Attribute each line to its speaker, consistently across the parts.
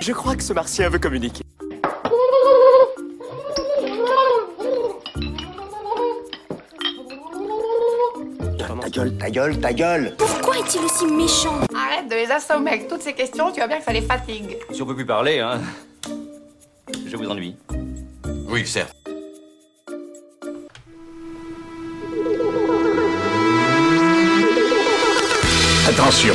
Speaker 1: Je crois que ce martien veut communiquer.
Speaker 2: Ta gueule, ta gueule, ta gueule
Speaker 3: Pourquoi est-il aussi méchant
Speaker 4: Arrête de les assommer avec toutes ces questions, tu vois bien que ça les fatigue.
Speaker 5: Si on peut plus parler, hein. Je vous ennuie.
Speaker 6: Oui, certes.
Speaker 7: Attention,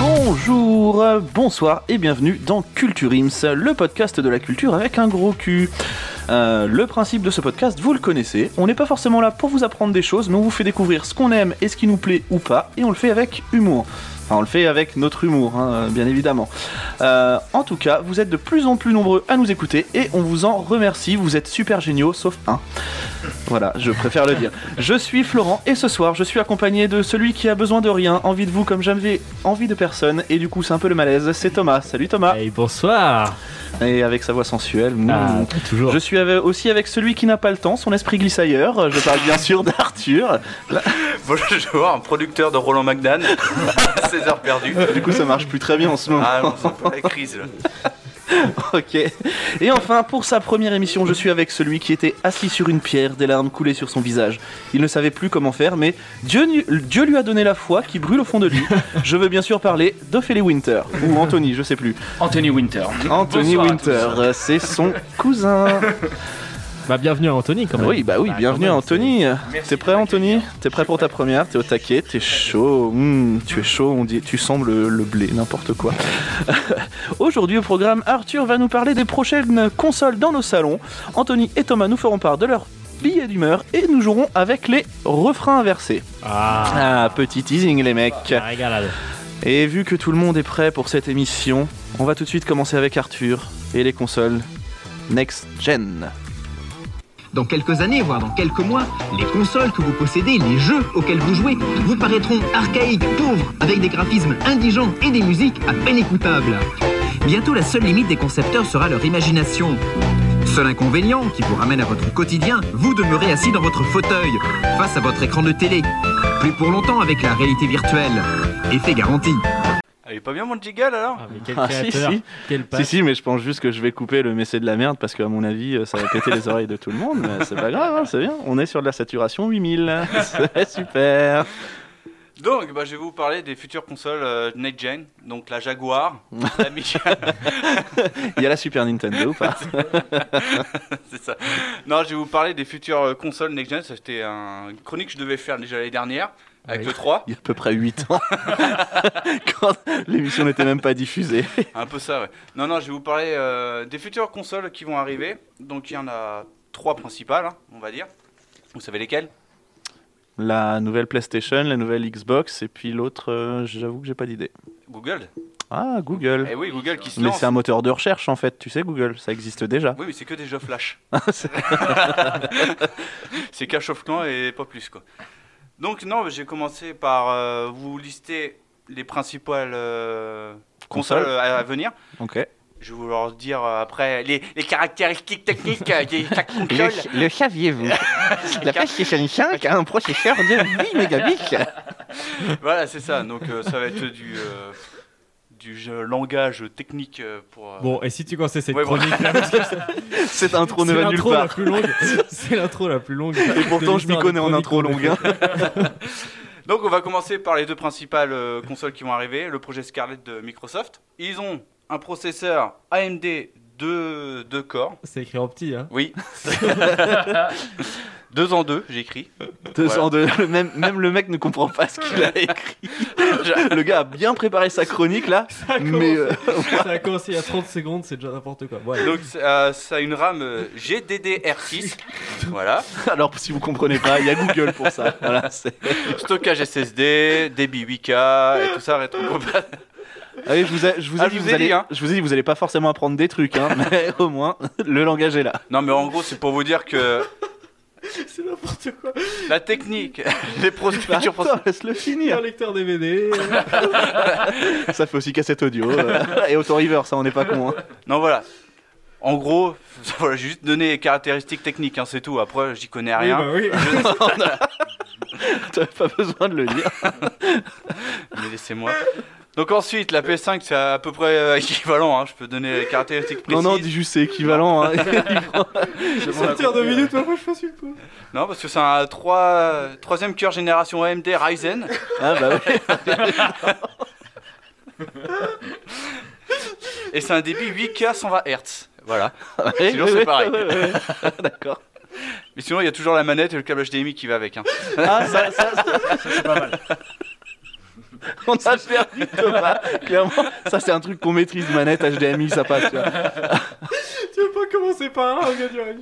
Speaker 8: Bonjour, bonsoir et bienvenue dans Culture Ims, le podcast de la culture avec un gros cul. Euh, le principe de ce podcast, vous le connaissez, on n'est pas forcément là pour vous apprendre des choses, mais on vous fait découvrir ce qu'on aime et ce qui nous plaît ou pas, et on le fait avec humour. Enfin, on le fait avec notre humour, hein, bien évidemment. Euh, en tout cas, vous êtes de plus en plus nombreux à nous écouter et on vous en remercie. Vous êtes super géniaux, sauf un. Voilà, je préfère le dire. Je suis Florent et ce soir, je suis accompagné de celui qui a besoin de rien, envie de vous comme j'avais envie de personne, et du coup, c'est un peu le malaise. C'est Thomas. Salut Thomas.
Speaker 9: Hey, bonsoir.
Speaker 8: Et avec sa voix sensuelle.
Speaker 9: Ah,
Speaker 8: mm.
Speaker 9: toujours.
Speaker 8: Je suis avec- aussi avec celui qui n'a pas le temps, son esprit glisse ailleurs. Je parle bien sûr d'Arthur.
Speaker 10: Bonjour, un producteur de Roland McDan, 16 heures perdues.
Speaker 8: Du coup, ça marche plus très bien en ce moment.
Speaker 10: Ah, on s'en fout, la crise là.
Speaker 8: Ok. Et enfin, pour sa première émission, je suis avec celui qui était assis sur une pierre, des larmes coulaient sur son visage. Il ne savait plus comment faire, mais Dieu, nu- Dieu lui a donné la foi qui brûle au fond de lui. Je veux bien sûr parler d'Ophélie Winter, ou Anthony, je sais plus.
Speaker 11: Anthony Winter.
Speaker 8: Anthony
Speaker 11: Bonsoir à
Speaker 8: Winter, euh, c'est son cousin.
Speaker 9: Bah, bienvenue à Anthony quand même.
Speaker 8: Oui, bah oui, bienvenue
Speaker 9: quand même,
Speaker 8: Anthony. T'es prêt Anthony T'es prêt pour ta première T'es au taquet T'es chaud Hmm, Tu es chaud, on dit, tu sens le, le blé, n'importe quoi. Aujourd'hui au programme, Arthur va nous parler des prochaines consoles dans nos salons. Anthony et Thomas nous feront part de leur billet d'humeur et nous jouerons avec les refrains inversés. Ah, petit teasing les mecs.
Speaker 9: c'est- Régalade.
Speaker 8: Et vu que tout le monde est prêt pour cette émission, on va tout de suite commencer avec Arthur et les consoles next gen.
Speaker 12: Dans quelques années, voire dans quelques mois, les consoles que vous possédez, les jeux auxquels vous jouez, vous paraîtront archaïques, pauvres, avec des graphismes indigents et des musiques à peine écoutables. Bientôt, la seule limite des concepteurs sera leur imagination. Seul inconvénient qui vous ramène à votre quotidien, vous demeurez assis dans votre fauteuil, face à votre écran de télé. Plus pour longtemps avec la réalité virtuelle. Effet garanti.
Speaker 10: Elle est pas bien mon jiggle alors
Speaker 8: Ah, si, si. si, si, mais je pense juste que je vais couper le mais c'est de la merde parce qu'à mon avis, euh, ça va péter les oreilles de tout le monde. Mais c'est pas grave, hein, c'est bien. On est sur de la saturation 8000. C'est super.
Speaker 10: Donc, bah, je vais vous parler des futures consoles euh, Next Gen, donc la Jaguar, la Micha.
Speaker 8: Il y a la Super Nintendo ou pas
Speaker 10: C'est ça. Non, je vais vous parler des futures euh, consoles Next Gen. ça, C'était un- une chronique que je devais faire déjà l'année dernière, avec le 3.
Speaker 8: Il y a à peu près 8 ans. Quand l'émission n'était même pas diffusée.
Speaker 10: Un peu ça, ouais. Non, non, je vais vous parler euh, des futures consoles qui vont arriver. Donc, il y en a trois principales, hein, on va dire. Vous savez lesquelles
Speaker 8: La nouvelle PlayStation, la nouvelle Xbox et puis l'autre, euh, j'avoue que j'ai pas d'idée.
Speaker 10: Google.
Speaker 8: Ah, Google.
Speaker 10: Eh oui, Google qui se
Speaker 8: Mais
Speaker 10: lance.
Speaker 8: c'est un moteur de recherche en fait, tu sais, Google, ça existe déjà.
Speaker 10: Oui, mais c'est que des jeux flash.
Speaker 8: Ah, c'est-
Speaker 10: c'est qu'un chauffement et pas plus quoi. Donc non, j'ai commencé par euh, vous lister les principales euh, consoles
Speaker 8: Consoles.
Speaker 10: à, à venir.
Speaker 8: Ok.
Speaker 10: Je vais vous leur dire euh, après les, les caractéristiques techniques euh, de chaque console.
Speaker 8: saviez-vous La PlayStation 5 a un processeur de 8 mégabits.
Speaker 10: voilà, c'est ça. Donc euh, ça va être du euh, du jeu- langage technique euh, pour. euh,
Speaker 9: Bon, et si tu commençais cette
Speaker 10: Ouais, bon.
Speaker 9: chronique là, parce que c'est
Speaker 8: Cette intro ne
Speaker 9: c'est
Speaker 8: va nulle
Speaker 9: l'intro la
Speaker 8: part.
Speaker 9: plus longue. C'est l'intro la plus longue.
Speaker 8: Et pourtant, je m'y connais en intro longue. hein.
Speaker 10: Donc on va commencer par les deux principales euh, consoles qui vont arriver, le projet Scarlett de Microsoft. Ils ont un processeur AMD de 2 corps.
Speaker 9: C'est écrit en petit, hein.
Speaker 10: Oui. deux en deux, j'écris.
Speaker 8: Deux
Speaker 10: Voilà.
Speaker 8: ans de- le même, même le mec ne comprend pas ce qu'il a écrit. Le gars a bien préparé sa chronique là, mais euh,
Speaker 9: Ça a commencé il y a 30 secondes, c'est déjà n'importe quoi. Bon, allez.
Speaker 10: Donc euh, ça a une RAM euh, GDDR6. voilà.
Speaker 8: alors si vous comprenez pas, il y a Google pour ça. Voilà, c'est-
Speaker 10: Stockage SSD, débit 8K et tout ça rétrocompatible.
Speaker 8: Ah oui, je vous ai, je vous ai
Speaker 10: Ah,
Speaker 8: dit,
Speaker 10: je vous
Speaker 8: vous
Speaker 10: ai
Speaker 8: allez,
Speaker 10: dit, hein.
Speaker 8: je vous ai dit, vous allez pas forcément apprendre des trucs, hein, mais au moins le langage est là.
Speaker 10: Non mais en gros, c'est pour vous dire que
Speaker 9: C'est n'importe quoi.
Speaker 10: La technique, les
Speaker 8: Bah,
Speaker 10: procédures.
Speaker 8: attends, laisse-le
Speaker 9: Un
Speaker 8: finir.
Speaker 9: lecteur DVD.
Speaker 8: Ça fait aussi cassette audio. euh, et auto-river, ça, on n'est pas con. hein.
Speaker 10: Non, voilà. En gros, voilà, j'ai juste donné les caractéristiques techniques, hein, c'est tout. Après, j'y connais rien.
Speaker 9: Oui, bah oui.
Speaker 8: T'as pas besoin de le lire.
Speaker 10: Mais laissez-moi. Donc ensuite, la PS5, c'est à peu près euh, équivalent. hein. Je peux donner les caractéristiques
Speaker 8: Non,
Speaker 10: précises.
Speaker 8: non, dis juste c'est équivalent. hein.
Speaker 9: Ça tire deux minutes, moi je passe une pause.
Speaker 10: Non, parce que c'est un 3... troisième cœur génération AMD Ryzen.
Speaker 8: Ah bah ouais.
Speaker 10: Et c'est un débit 8K 120 Hz. Voilà.
Speaker 8: Ouais,
Speaker 10: Sinon,
Speaker 8: ouais,
Speaker 10: c'est
Speaker 8: ouais,
Speaker 10: pareil.
Speaker 8: ouais, ouais. D'accord.
Speaker 10: Mais sinon, il y a toujours la manette et le câble HDMI qui va avec. hein.
Speaker 8: Ah, ça, ça, ça,
Speaker 1: C'est pas mal.
Speaker 8: on a perdu Thomas. Clairement, ça, c'est un truc qu'on maîtrise. Manette, HDMI, ça passe. tu vois.
Speaker 9: Tu veux pas commencer par là, on gagne du reste.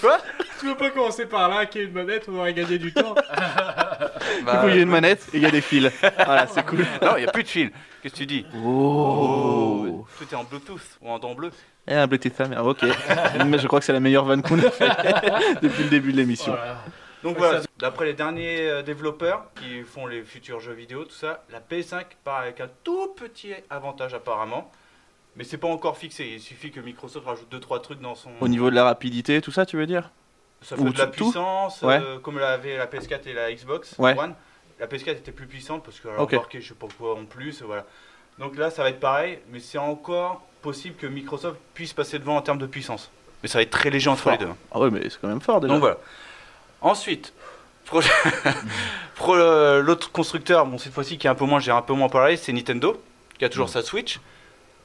Speaker 10: Quoi
Speaker 9: Tu veux pas commencer par là, qu'il y ait une manette, on aurait gagné du temps.
Speaker 10: Bah,
Speaker 8: Du coup, il y a une manette et il y a des fils. Voilà, c'est cool.
Speaker 10: Non, il n'y a plus de fil. Qu'est-ce que tu dis
Speaker 8: Oh.
Speaker 10: Tout est en Bluetooth ou en dent bleue.
Speaker 8: Et Eh, un bleuté de sa mère, ok. Mais je crois que c'est la meilleure vanne qu'on ait fait depuis le début de l'émission.
Speaker 10: Donc voilà, d'après les derniers euh, développeurs qui font les futurs jeux vidéo, tout ça, la PS5 part avec un tout petit avantage apparemment. Mais c'est pas encore fixé, il suffit que Microsoft rajoute 2-3 trucs dans son.
Speaker 8: Au niveau de la rapidité, tout ça, tu veux dire
Speaker 10: Ça
Speaker 8: ou
Speaker 10: fait de la
Speaker 8: tout-
Speaker 10: puissance,
Speaker 8: Ouais.
Speaker 10: euh, comme l'avait la PS4 et la Xbox
Speaker 8: Ouais.
Speaker 10: One. La PS4 était plus puissante parce qu'elle a
Speaker 8: Ok.
Speaker 10: embarqué je sais pas quoi en plus, voilà. Donc là, ça va être pareil, mais c'est encore possible que Microsoft puisse passer devant en termes de puissance. Mais ça va être très léger entre les deux.
Speaker 8: Ah ouais, mais c'est quand même fort déjà.
Speaker 10: Donc voilà. Ensuite, pro- pro- euh, l'autre constructeur, bon cette fois-ci qui est un peu moins, j'ai un peu moins parlé, c'est Nintendo, qui a toujours
Speaker 8: Mm.
Speaker 10: sa Switch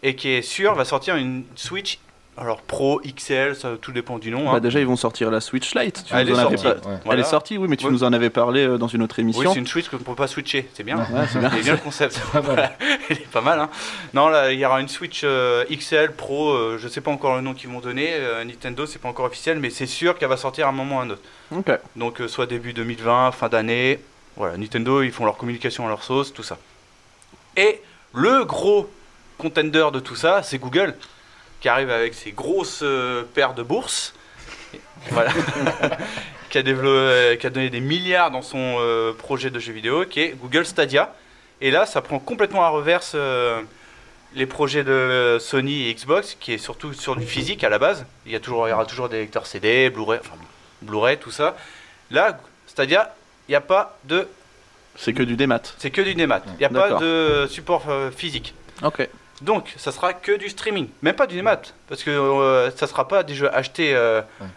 Speaker 10: et qui est sûr va sortir une Switch, alors Pro, XL, ça tout dépend du nom. hein.
Speaker 8: Bah déjà, ils vont sortir la Switch Lite. Tu
Speaker 10: Elle
Speaker 8: nous
Speaker 10: est
Speaker 8: en avais
Speaker 10: sortie.
Speaker 8: pas-
Speaker 1: Ouais.
Speaker 10: Voilà.
Speaker 8: Elle est sortie, oui, mais tu
Speaker 10: Oui.
Speaker 8: nous en avais parlé euh, dans une autre
Speaker 10: Oui,
Speaker 8: émission.
Speaker 10: c'est une Switch qu'on ne peut pas switcher, c'est bien.
Speaker 8: Ouais, c'est bien.
Speaker 10: C'est bien le concept.
Speaker 1: Pas mal.
Speaker 10: Il est pas mal, hein. Non, là, il y aura une Switch euh, XL Pro, euh, je sais pas encore le nom qu'ils vont donner. euh, Nintendo, c'est pas encore officiel, mais c'est sûr qu'elle va sortir à un moment ou à un autre.
Speaker 8: Ok.
Speaker 10: Donc, euh, soit début 2020, fin d'année. Voilà, Nintendo, ils font leur communication à leur sauce, tout ça. Et le gros contender de tout ça, c'est Google, qui arrive avec ses grosses euh, paires de bourses. Voilà. qui, a développé, euh, qui a donné des milliards dans son euh, projet de jeu vidéo, qui est Google Stadia. Et là, ça prend complètement à reverse euh, les projets de euh, Sony et Xbox, qui est surtout sur du physique à la base. Il y, a toujours, il y aura toujours des lecteurs CD, Blu-ray, enfin, Blu-ray, tout ça. Là, Stadia, il n'y a pas de.
Speaker 8: C'est que du démat.
Speaker 10: C'est que du démat. Il n'y a
Speaker 8: D'accord.
Speaker 10: pas de support euh, physique.
Speaker 8: Ok.
Speaker 10: Donc, ça sera que du streaming, même pas du démat, parce que euh, ça sera pas des jeux achetés, euh,
Speaker 1: Ouais.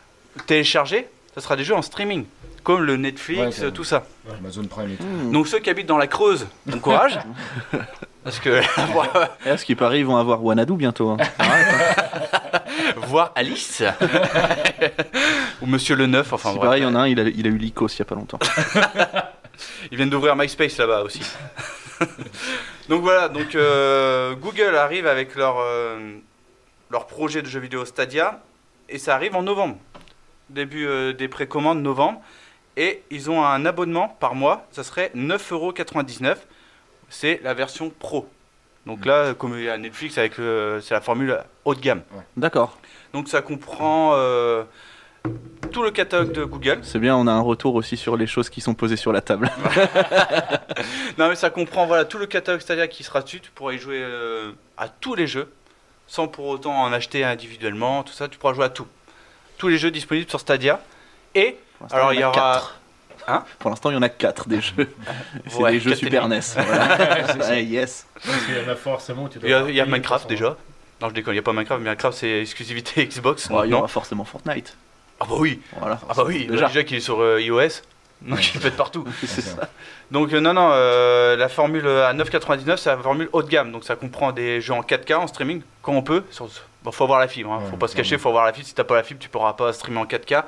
Speaker 10: téléchargés, ça sera des jeux en streaming, comme le
Speaker 1: Ouais,
Speaker 10: Netflix,
Speaker 1: c'est-
Speaker 10: euh, tout ça.
Speaker 1: Amazon Prime et tout.
Speaker 8: Hmm.
Speaker 10: Donc ceux qui habitent dans la Creuse, bon courage, parce que
Speaker 8: Et à ce qui paraît, ils vont avoir Wanadu bientôt. hein.
Speaker 10: voir Alice ou Monsieur le Neuf, enfin
Speaker 8: si
Speaker 10: bref.
Speaker 8: pareil, il y en a un, il a, il a eu l'icos il y a pas longtemps.
Speaker 10: Ils viennent d'ouvrir MySpace là-bas aussi. donc voilà, donc euh, Google arrive avec leur, euh, leur projet de jeu vidéo Stadia et ça arrive en novembre. Début euh, des précommandes novembre. Et ils ont un abonnement par mois, ça serait 9,99€. C'est la version pro. Donc là, comme il y a Netflix, avec le- c'est la formule haut de gamme.
Speaker 8: D'accord.
Speaker 10: Donc ça comprend euh, tout le catalogue de Google.
Speaker 8: C'est bien, on a un retour aussi sur les choses qui sont posées sur la table.
Speaker 10: Non mais ça comprend voilà tout le catalogue Stadia qui sera dessus, tu pourras y jouer euh, à tous les jeux sans pour autant en acheter individuellement, tout ça, tu pourras jouer à tout. Tous les jeux disponibles sur Stadia et
Speaker 8: Pour l'instant,
Speaker 10: alors il y,
Speaker 8: en a
Speaker 10: aura
Speaker 8: quatre.
Speaker 10: Hein
Speaker 8: Pour l'instant, il y en a 4 des jeux. Et C'est
Speaker 10: Ouais,
Speaker 8: des jeux
Speaker 10: quatre et
Speaker 8: Super NES. voilà. Ouais, yes.
Speaker 1: Parce qu'il y en a forcément où tu dois
Speaker 10: il y a, il y
Speaker 1: payer
Speaker 10: a
Speaker 1: pour
Speaker 10: Minecraft
Speaker 1: son-
Speaker 10: déjà. Non, je déconne, il n'y a pas Minecraft, mais Minecraft c'est exclusivité Xbox.
Speaker 8: Ouais, il y
Speaker 10: Ah non
Speaker 8: aura forcément Fortnite.
Speaker 10: Ah bah oui,
Speaker 8: Voilà.
Speaker 10: ah bah oui,
Speaker 8: Déjà.
Speaker 10: déjà, déjà qu'il est sur euh, iOS. Donc il peut être partout.
Speaker 8: C'est ça.
Speaker 10: Donc euh, non, non, euh, la formule à 9,99 c'est la formule haut de gamme. Donc ça comprend des jeux en 4K en streaming quand on peut. Sur- Bon, faut avoir la fibre, hein. faut
Speaker 1: Ouais,
Speaker 10: pas se cacher,
Speaker 1: ouais.
Speaker 10: faut avoir la fibre. Si t'as pas la fibre, tu pourras pas streamer en 4K.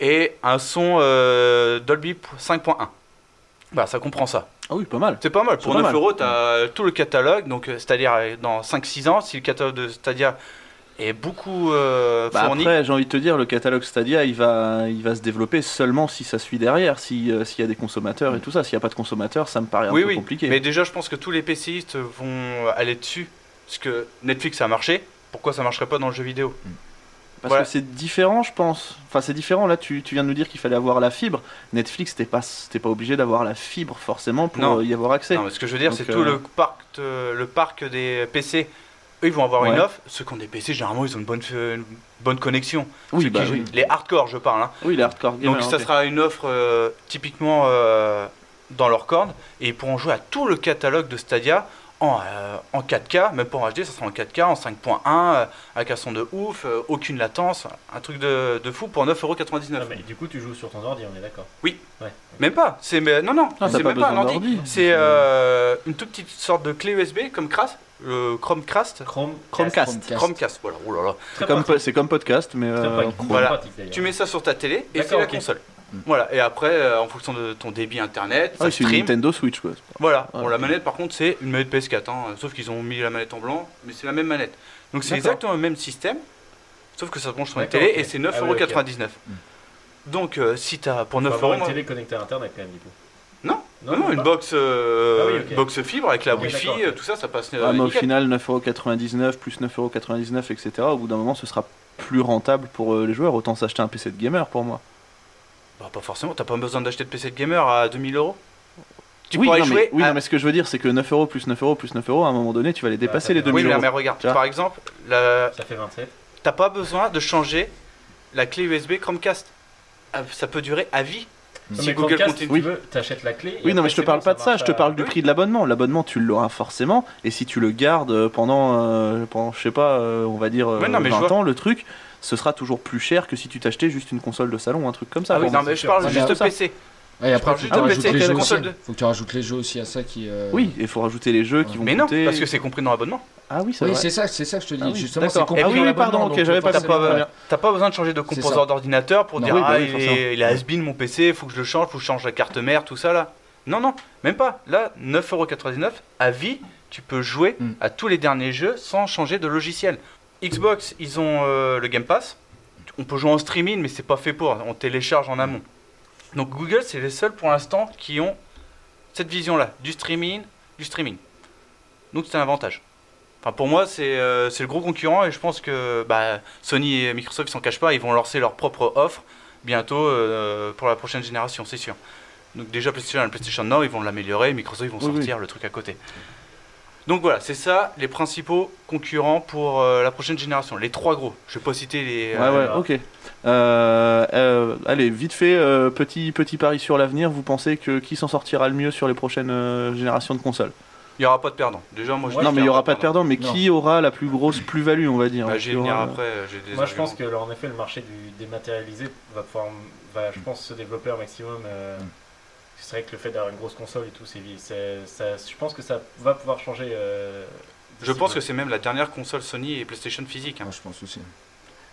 Speaker 10: Et un son euh, Dolby 5.1. Bah ça comprend ça.
Speaker 8: Ah oui, pas mal.
Speaker 10: C'est pas mal. Pour
Speaker 8: pas
Speaker 10: 9
Speaker 8: mal.
Speaker 10: euros, t'as euh, tout le catalogue. Donc euh, c'est-à-dire euh, dans 5-6 ans, si le catalogue de Stadia est beaucoup euh,
Speaker 8: Bah
Speaker 10: fourni.
Speaker 8: après, j'ai envie de te dire, le catalogue Stadia, il va, il va se développer seulement si ça suit derrière, si, euh, s'il y a des consommateurs et tout ça. S'il n'y a pas de consommateurs, ça me paraît un
Speaker 10: Mm. oui,
Speaker 8: peu
Speaker 10: oui.
Speaker 8: compliqué.
Speaker 10: Mais déjà, je pense que tous les PCistes vont aller dessus. Parce que Netflix a marché. Pourquoi ça marcherait pas dans le jeu vidéo
Speaker 8: Parce
Speaker 10: Voilà.
Speaker 8: que c'est différent, je pense. Enfin, c'est différent. Là, tu, tu viens de nous dire qu'il fallait avoir la fibre. Netflix, t'es pas, t'es pas obligé d'avoir la fibre forcément pour
Speaker 10: Non.
Speaker 8: euh, y avoir accès.
Speaker 10: Non, mais ce que je veux dire,
Speaker 8: Donc,
Speaker 10: c'est
Speaker 8: euh,
Speaker 10: tout le parc, euh, le parc des PC. Eux, ils vont avoir
Speaker 8: Ouais.
Speaker 10: une offre. Ceux qui ont des PC, généralement, ils ont une bonne, une bonne connexion.
Speaker 8: oui,
Speaker 10: Ceux
Speaker 8: bah,
Speaker 10: qui-
Speaker 8: oui.
Speaker 10: Les hardcore, je parle. hein.
Speaker 8: oui, les hardcore
Speaker 1: Eh
Speaker 10: Donc,
Speaker 1: ben,
Speaker 8: gamers.
Speaker 10: ça
Speaker 8: ok.
Speaker 10: sera une offre euh, typiquement euh, dans leur corne. Et ils pourront jouer à tout le catalogue de Stadia en, euh, en 4K, même pas en HD, ça sera en 4K, en 5.1, euh, avec un son de ouf, euh, aucune latence, un truc de, de fou pour 9,99€.
Speaker 1: Non, Ah, mais du coup, tu joues sur ton ordi, on est d'accord.
Speaker 10: Oui.
Speaker 1: Ouais.
Speaker 10: Même pas, c'est mais- non non,
Speaker 8: Ah, t'as
Speaker 10: c'est
Speaker 8: pas
Speaker 10: même pas un
Speaker 8: besoin
Speaker 10: ordi.
Speaker 8: d'ordi.
Speaker 10: C'est euh, une toute petite sorte de clé USB comme Cras, le Chromecast,
Speaker 1: Chrome,
Speaker 8: Chromecast.
Speaker 10: Chromecast, voilà. Oh là là.
Speaker 8: C'est comme, po- c'est comme podcast, mais. euh,
Speaker 10: Voilà.
Speaker 1: pratique d'ailleurs.
Speaker 10: Tu mets ça sur ta télé et
Speaker 1: D'accord,
Speaker 10: c'est la
Speaker 1: ok.
Speaker 10: console. Voilà, et après euh, en fonction de ton débit internet,
Speaker 8: ah,
Speaker 10: ça
Speaker 8: oui, c'est une
Speaker 10: stream. Euh,
Speaker 8: Nintendo Switch, quoi.
Speaker 10: Voilà,
Speaker 8: Ah,
Speaker 10: bon, la
Speaker 8: ok.
Speaker 10: manette par contre c'est une manette PS4 hein, euh, sauf qu'ils ont mis la manette en blanc, mais c'est la même manette. Donc c'est
Speaker 1: D'accord.
Speaker 10: exactement le même système sauf que ça se branche sur une
Speaker 1: D'accord,
Speaker 10: télé
Speaker 1: ok.
Speaker 10: et c'est
Speaker 1: Ah oui,
Speaker 10: 9,99€. Donc euh, si t'as pour
Speaker 1: Faut
Speaker 10: 9
Speaker 1: avoir une télé connectée à internet quand même, du coup.
Speaker 10: Non.
Speaker 1: non, bah,
Speaker 10: Non, non, une
Speaker 1: pas.
Speaker 10: box, euh,
Speaker 1: Ah oui, ok.
Speaker 10: une box fibre avec la
Speaker 1: Ok,
Speaker 10: Wi-Fi,
Speaker 1: d'accord, ok.
Speaker 10: euh, tout ça, ça passe. euh,
Speaker 8: Ah, mais au
Speaker 10: nickel.
Speaker 8: final, 9,99€ plus 9,99€, etc. Au bout d'un moment, ce sera plus rentable pour euh, les joueurs. Autant s'acheter un PC de gamer pour moi.
Speaker 10: Bah, pas forcément, t'as pas besoin d'acheter de PC de gamer à 2000 euros. Tu
Speaker 8: oui,
Speaker 10: pourras y
Speaker 8: non, mais,
Speaker 10: jouer.
Speaker 8: oui
Speaker 10: à-
Speaker 8: non, mais ce que je veux dire, c'est que 9€ plus 9€ plus 9€, à un moment donné, tu vas les dépasser
Speaker 1: ça
Speaker 8: les
Speaker 1: fait-
Speaker 8: 2000
Speaker 10: Bah, Oui, mais,
Speaker 8: euros.
Speaker 10: mais regarde,
Speaker 8: Tu vois.
Speaker 10: par exemple, la-
Speaker 1: Ça fait 27.
Speaker 10: t'as pas besoin de changer la clé USB Chromecast. Ah, Ça peut durer à vie.
Speaker 1: Hmm.
Speaker 10: Si
Speaker 1: mais
Speaker 10: Google
Speaker 1: Chromecast,
Speaker 10: continue-
Speaker 1: si tu veux, t'achètes la clé. et
Speaker 8: Oui, non, mais
Speaker 1: après,
Speaker 8: je te
Speaker 1: c'est
Speaker 8: parle
Speaker 1: bon,
Speaker 8: pas de ça,
Speaker 1: marche
Speaker 8: je te
Speaker 1: à-
Speaker 8: parle du prix de l'abonnement. L'abonnement, tu l'auras forcément, et si tu le gardes euh, pendant, euh, pendant je sais pas, euh, on va dire euh,
Speaker 10: Ouais, non, mais je
Speaker 8: 20
Speaker 10: vois.
Speaker 8: ans, le truc, ce sera toujours plus cher que si tu t'achetais juste une console de salon ou un truc comme ça.
Speaker 10: Ah oui,
Speaker 8: Bon,
Speaker 10: non, mais
Speaker 1: c'est
Speaker 10: je parle
Speaker 1: sûr.
Speaker 10: juste
Speaker 8: Ouais, mais
Speaker 10: PC.
Speaker 3: Ouais, Ah, et après,
Speaker 10: parle
Speaker 3: faut
Speaker 10: juste
Speaker 3: que tu
Speaker 10: de
Speaker 3: rajoutes
Speaker 10: PC,
Speaker 3: les jeux aussi.
Speaker 10: console de-
Speaker 3: Faut que tu rajoutes les jeux aussi à ça qui. euh,
Speaker 8: Oui, il faut rajouter les jeux qui vont
Speaker 10: Mais non,
Speaker 8: coûter-
Speaker 10: parce que c'est compris dans l'abonnement.
Speaker 8: Ah oui, c'est
Speaker 3: Oui,
Speaker 8: vrai.
Speaker 3: c'est ça, c'est ça que je te dis.
Speaker 8: Ah oui,
Speaker 3: Justement, c'est
Speaker 8: d'accord.
Speaker 3: compris
Speaker 8: Ah oui,
Speaker 3: dans
Speaker 8: oui,
Speaker 3: l'abonnement,
Speaker 8: pardon, ok,
Speaker 3: donc
Speaker 8: j'avais pas
Speaker 3: forcément,
Speaker 8: compris.
Speaker 3: ouais.
Speaker 8: bien.
Speaker 10: T'as pas besoin de changer de
Speaker 3: ça.
Speaker 10: composant d'ordinateur pour
Speaker 3: Non.
Speaker 10: dire
Speaker 8: Oui, bah
Speaker 10: ah,
Speaker 8: oui,
Speaker 10: il,
Speaker 8: forcément.
Speaker 10: est- il a has-been mon PC, faut que je le change, faut que je change la carte mère, tout ça là. Non, non, même pas. Là, 9,99€ à vie, tu peux jouer
Speaker 3: Mm.
Speaker 10: à tous les derniers jeux sans changer de logiciel. Xbox, ils ont euh, le Game Pass. On peut jouer en streaming, mais c'est pas fait pour. On télécharge en amont. Donc Google, c'est les seuls pour l'instant qui ont cette vision-là du streaming, du streaming. Donc c'est un avantage. Enfin, pour moi, c'est euh, c'est le gros concurrent et je pense que bah, Sony et Microsoft ils s'en cachent pas, ils vont lancer leur propre offre bientôt euh, pour la prochaine génération, c'est sûr. Donc déjà PlayStation et PlayStation Now, ils vont l'améliorer, Microsoft ils vont
Speaker 8: Oui, oui.
Speaker 10: sortir le truc à côté. Donc voilà, c'est ça les principaux concurrents pour euh, la prochaine génération, les trois gros. Je vais pas citer les.
Speaker 8: Ouais,
Speaker 10: euh,
Speaker 8: ouais,
Speaker 1: alors.
Speaker 8: ok. Euh, euh, allez, vite fait, euh, petit, petit pari sur l'avenir. Vous pensez que qui s'en sortira le mieux sur les prochaines euh, générations de consoles
Speaker 10: Il y aura pas de perdant. Déjà moi je
Speaker 1: Ouais,
Speaker 10: dis
Speaker 8: Non, mais il y aura pas de
Speaker 10: perdant.
Speaker 8: perdant, mais
Speaker 3: Non.
Speaker 8: qui aura la plus grosse plus-value, on va dire
Speaker 10: Bah,
Speaker 8: hein,
Speaker 10: je
Speaker 8: qui
Speaker 10: vais venir
Speaker 8: aura-
Speaker 10: après, euh, j'ai des
Speaker 1: Moi, je pense
Speaker 10: arguments.
Speaker 1: que, alors, en effet, le marché du dématérialisé va pouvoir, va, je pense, se développer un maximum. euh, C'est vrai que le fait d'avoir une grosse console et tout, c'est, vi- c'est- ça, je pense que ça va pouvoir changer. euh,
Speaker 10: Je
Speaker 1: d'ici
Speaker 10: pense
Speaker 1: peu.
Speaker 10: que c'est même la dernière console Sony et PlayStation physique. hein.
Speaker 3: Moi, je pense aussi.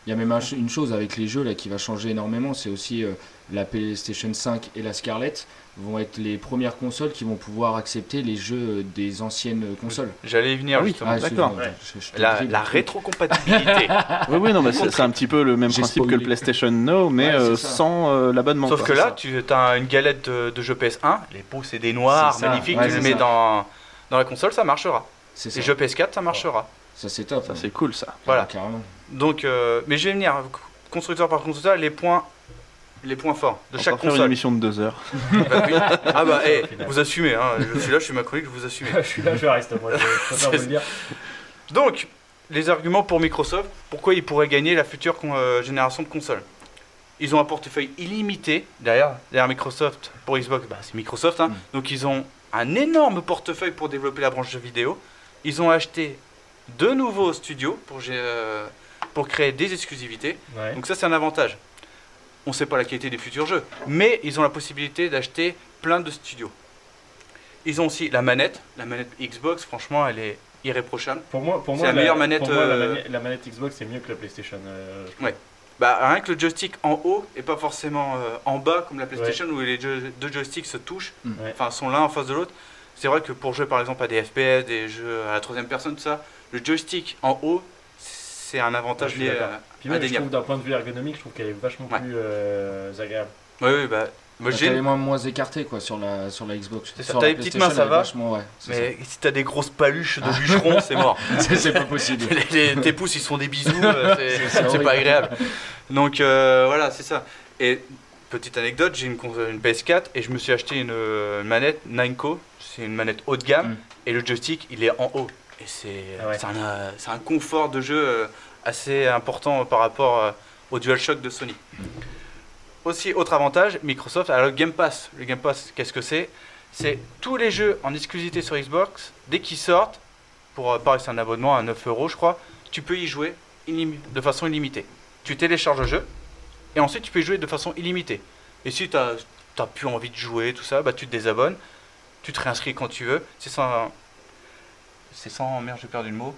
Speaker 3: Il y a même un ch- une chose avec les jeux là qui va changer énormément, c'est aussi euh, la PlayStation 5 et la Scarlett vont être les premières consoles qui vont pouvoir accepter les jeux euh, des anciennes euh, consoles.
Speaker 10: J'allais y venir
Speaker 8: Ah oui.
Speaker 10: justement.
Speaker 8: d'accord.
Speaker 3: excuse-moi, je- je te
Speaker 10: La,
Speaker 3: dribble.
Speaker 10: la rétrocompatibilité.
Speaker 8: Oui, oui, non, mais c'est c'est un petit peu le même
Speaker 3: J'ai
Speaker 8: principe que le
Speaker 3: spoilé.
Speaker 8: PlayStation Now, mais
Speaker 3: Ouais, c'est
Speaker 8: euh,
Speaker 3: ça.
Speaker 8: sans euh, l'abonnement.
Speaker 10: Sauf
Speaker 8: quoi.
Speaker 10: que là, tu as une galette de, de jeux PS1, les beaux CD noirs,
Speaker 3: C'est ça.
Speaker 10: magnifiques,
Speaker 3: Ouais,
Speaker 10: tu le
Speaker 3: c'est
Speaker 10: mets
Speaker 3: ça.
Speaker 10: dans, dans la console, ça marchera.
Speaker 3: C'est ça.
Speaker 10: Les jeux PS4, ça marchera.
Speaker 3: Ça c'est top.
Speaker 8: ça
Speaker 3: hein.
Speaker 8: c'est cool ça.
Speaker 10: Voilà.
Speaker 3: Ah, carrément.
Speaker 10: Donc, euh, mais je vais venir, constructeur par constructeur, les points, les points forts de
Speaker 8: On
Speaker 10: chaque
Speaker 8: va faire une
Speaker 10: console.
Speaker 8: émission de deux heures.
Speaker 10: Bah oui. Ah bah, hey,
Speaker 1: Au final.
Speaker 10: vous assumez, hein. je suis là, je suis ma collègue, vous assumez.
Speaker 1: je suis là, je reste. Moi, je je préfère vous le dire.
Speaker 10: Donc, les arguments pour Microsoft, pourquoi ils pourraient gagner la future con- euh, génération de consoles Ils ont un portefeuille illimité derrière, derrière Microsoft. Pour Xbox, bah, c'est Microsoft. hein.
Speaker 3: Mm.
Speaker 10: Donc, ils ont un énorme portefeuille pour développer la branche jeux vidéo. Ils ont acheté deux nouveaux studios pour, gé- euh, pour créer des exclusivités.
Speaker 1: Ouais.
Speaker 10: Donc ça, c'est un avantage. On ne sait pas la qualité des futurs jeux, mais ils ont la possibilité d'acheter plein de studios. Ils ont aussi la manette. La manette Xbox, franchement, elle est irréprochable.
Speaker 1: Pour moi, pour
Speaker 10: C'est
Speaker 1: moi,
Speaker 10: la meilleure manette,
Speaker 1: pour moi, la,
Speaker 10: euh,
Speaker 1: mani- la manette Xbox c'est mieux que la PlayStation. euh, je trouve.
Speaker 10: Ouais. Bah, rien que le joystick en haut et pas forcément euh, en bas comme la PlayStation où les jo- deux joysticks se touchent,
Speaker 3: Mm.
Speaker 1: Ouais.
Speaker 10: enfin sont l'un en face de l'autre. C'est vrai que pour jouer par exemple à des FPS, des jeux à la troisième personne, tout ça, le joystick en haut, c'est un avantage
Speaker 1: Ouais, je suis
Speaker 10: lié
Speaker 1: d'accord.
Speaker 10: à.
Speaker 1: Puis même, je
Speaker 10: Indéniable.
Speaker 1: trouve d'un point de vue ergonomique, je trouve qu'elle est vachement
Speaker 10: Ouais.
Speaker 1: plus euh, agréable.
Speaker 10: Oui, bah, Moi,
Speaker 3: Bah,
Speaker 10: j'ai-
Speaker 3: T'as les mains moins écartées quoi, sur, la, sur la Xbox.
Speaker 10: C'est ça,
Speaker 3: Sur
Speaker 10: t'as
Speaker 3: la
Speaker 10: les petites mains, ça
Speaker 3: PlayStation, elle est
Speaker 10: va.
Speaker 3: vachement- ouais, c'est Ah.
Speaker 10: mais si t'as des grosses paluches de bûcheron, c'est mort.
Speaker 3: C'est- c'est pas possible.
Speaker 10: Les- les- tes pouces, ils se font des bisous, euh, c'est-
Speaker 3: C'est
Speaker 10: c'est
Speaker 3: horrible.
Speaker 10: pas agréable. Donc euh, voilà, c'est ça. Et petite anecdote, j'ai une, console- une PS4 et je me suis acheté une, euh, une manette Ninco. C'est une manette haut de gamme et le joystick, il est en haut. Et c'est c'est un, euh, c'est un confort de jeu euh, assez important par rapport euh, au DualShock de Sony. Aussi, autre avantage, Microsoft a le Game Pass. Le Game Pass, qu'est-ce que c'est C'est tous les jeux en exclusivité sur Xbox, dès qu'ils sortent, pour euh, pareil, c'est un abonnement à 9 euros, je crois, tu peux y jouer illim- de façon illimitée. Tu télécharges le jeu, et ensuite tu peux y jouer de façon illimitée. Et si tu n'as plus envie de jouer, tout ça, bah, tu te désabonnes, tu te réinscris quand tu veux. C'est sans. C'est sans. Merde, j'ai perdu le mot.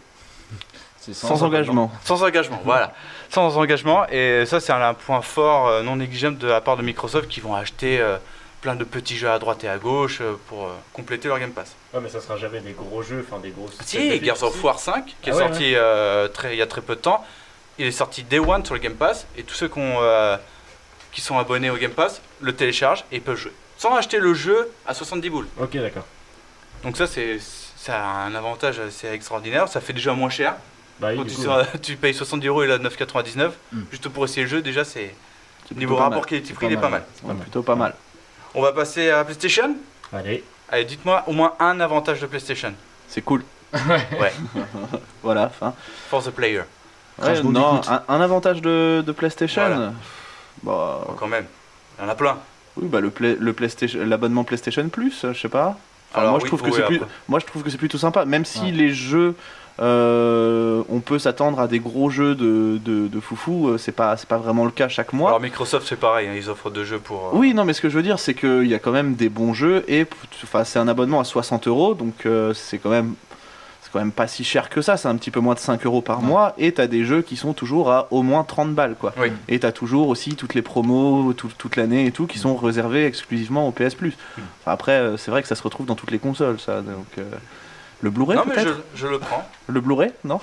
Speaker 3: C'est
Speaker 8: sans Sans engagement. engagement.
Speaker 10: Sans engagement, voilà. Sans engagement, et ça, c'est un, un point fort euh, non négligeable de la part de Microsoft qui vont acheter euh, plein de petits jeux à droite et à gauche euh, pour euh, compléter leur Game Pass.
Speaker 1: Ouais, mais ça sera jamais des gros jeux, enfin des grosses.
Speaker 10: Ah, Si, Gears of War 5, qui est
Speaker 1: Ah ouais,
Speaker 10: sorti
Speaker 1: ouais.
Speaker 10: euh, très, il y a très peu de temps, il est sorti Day One sur le Game Pass, et tous ceux qui, ont, euh, qui sont abonnés au Game Pass le téléchargent et peuvent jouer. Sans acheter le jeu à 70 boules.
Speaker 1: Ok, d'accord.
Speaker 10: Donc ça, c'est ça a un avantage assez extraordinaire, ça fait déjà moins cher.
Speaker 1: Bah
Speaker 8: Ah
Speaker 1: oui,
Speaker 10: Quand
Speaker 1: du
Speaker 10: tu,
Speaker 1: coup,
Speaker 10: sors-
Speaker 1: ouais.
Speaker 10: tu payes 70 euros et là 9,99,
Speaker 1: Mm.
Speaker 10: juste pour essayer le jeu, déjà c'est...
Speaker 8: Hmm. plutôt
Speaker 10: Niveau
Speaker 8: pas
Speaker 10: rapport
Speaker 8: mal.
Speaker 10: qualité-prix, il est pas mal.
Speaker 8: C'est plutôt pas mal.
Speaker 10: On va passer à PlayStation
Speaker 1: Allez.
Speaker 10: Allez, dites-moi au moins un avantage de PlayStation.
Speaker 8: C'est cool.
Speaker 10: Ouais.
Speaker 8: voilà, fin.
Speaker 10: For the player.
Speaker 8: Ouais, non, un, un avantage de, de PlayStation. Bah,
Speaker 10: quand même. Il y en a plein.
Speaker 8: Oui, bah le, play- le PlayStation, l'abonnement PlayStation Plus, euh, je sais pas. Enfin,
Speaker 10: Alors,
Speaker 8: moi,
Speaker 10: oui,
Speaker 8: je trouve que
Speaker 10: oui,
Speaker 8: c'est plus,
Speaker 10: après.
Speaker 8: moi, je trouve que c'est plutôt sympa, même si les jeux. euh, on peut s'attendre à des gros jeux de, de, de foufou, euh, c'est pas, c'est pas vraiment le cas chaque mois.
Speaker 10: Alors Microsoft c'est pareil, hein, ils offrent deux jeux pour... euh,
Speaker 8: Oui, non, mais ce que je veux dire, c'est qu'il y a quand même des bons jeux et p- enfin, c'est un abonnement à 60 euros, donc euh, c'est quand même c'est quand même pas si cher que ça. C'est un petit peu moins de 5 euros par mois et t'as des jeux qui sont toujours à au moins 30 balles, quoi.
Speaker 10: Oui.
Speaker 8: Et t'as toujours aussi toutes les promos tout- toute l'année et tout qui sont réservées exclusivement au PS Plus.
Speaker 10: Mm.
Speaker 8: Enfin, après, euh, c'est vrai que ça se retrouve dans toutes les consoles, ça. Donc euh, le Blu-ray
Speaker 10: Non mais je,
Speaker 8: peut-être.
Speaker 10: je le prends.
Speaker 8: Le Blu-ray, non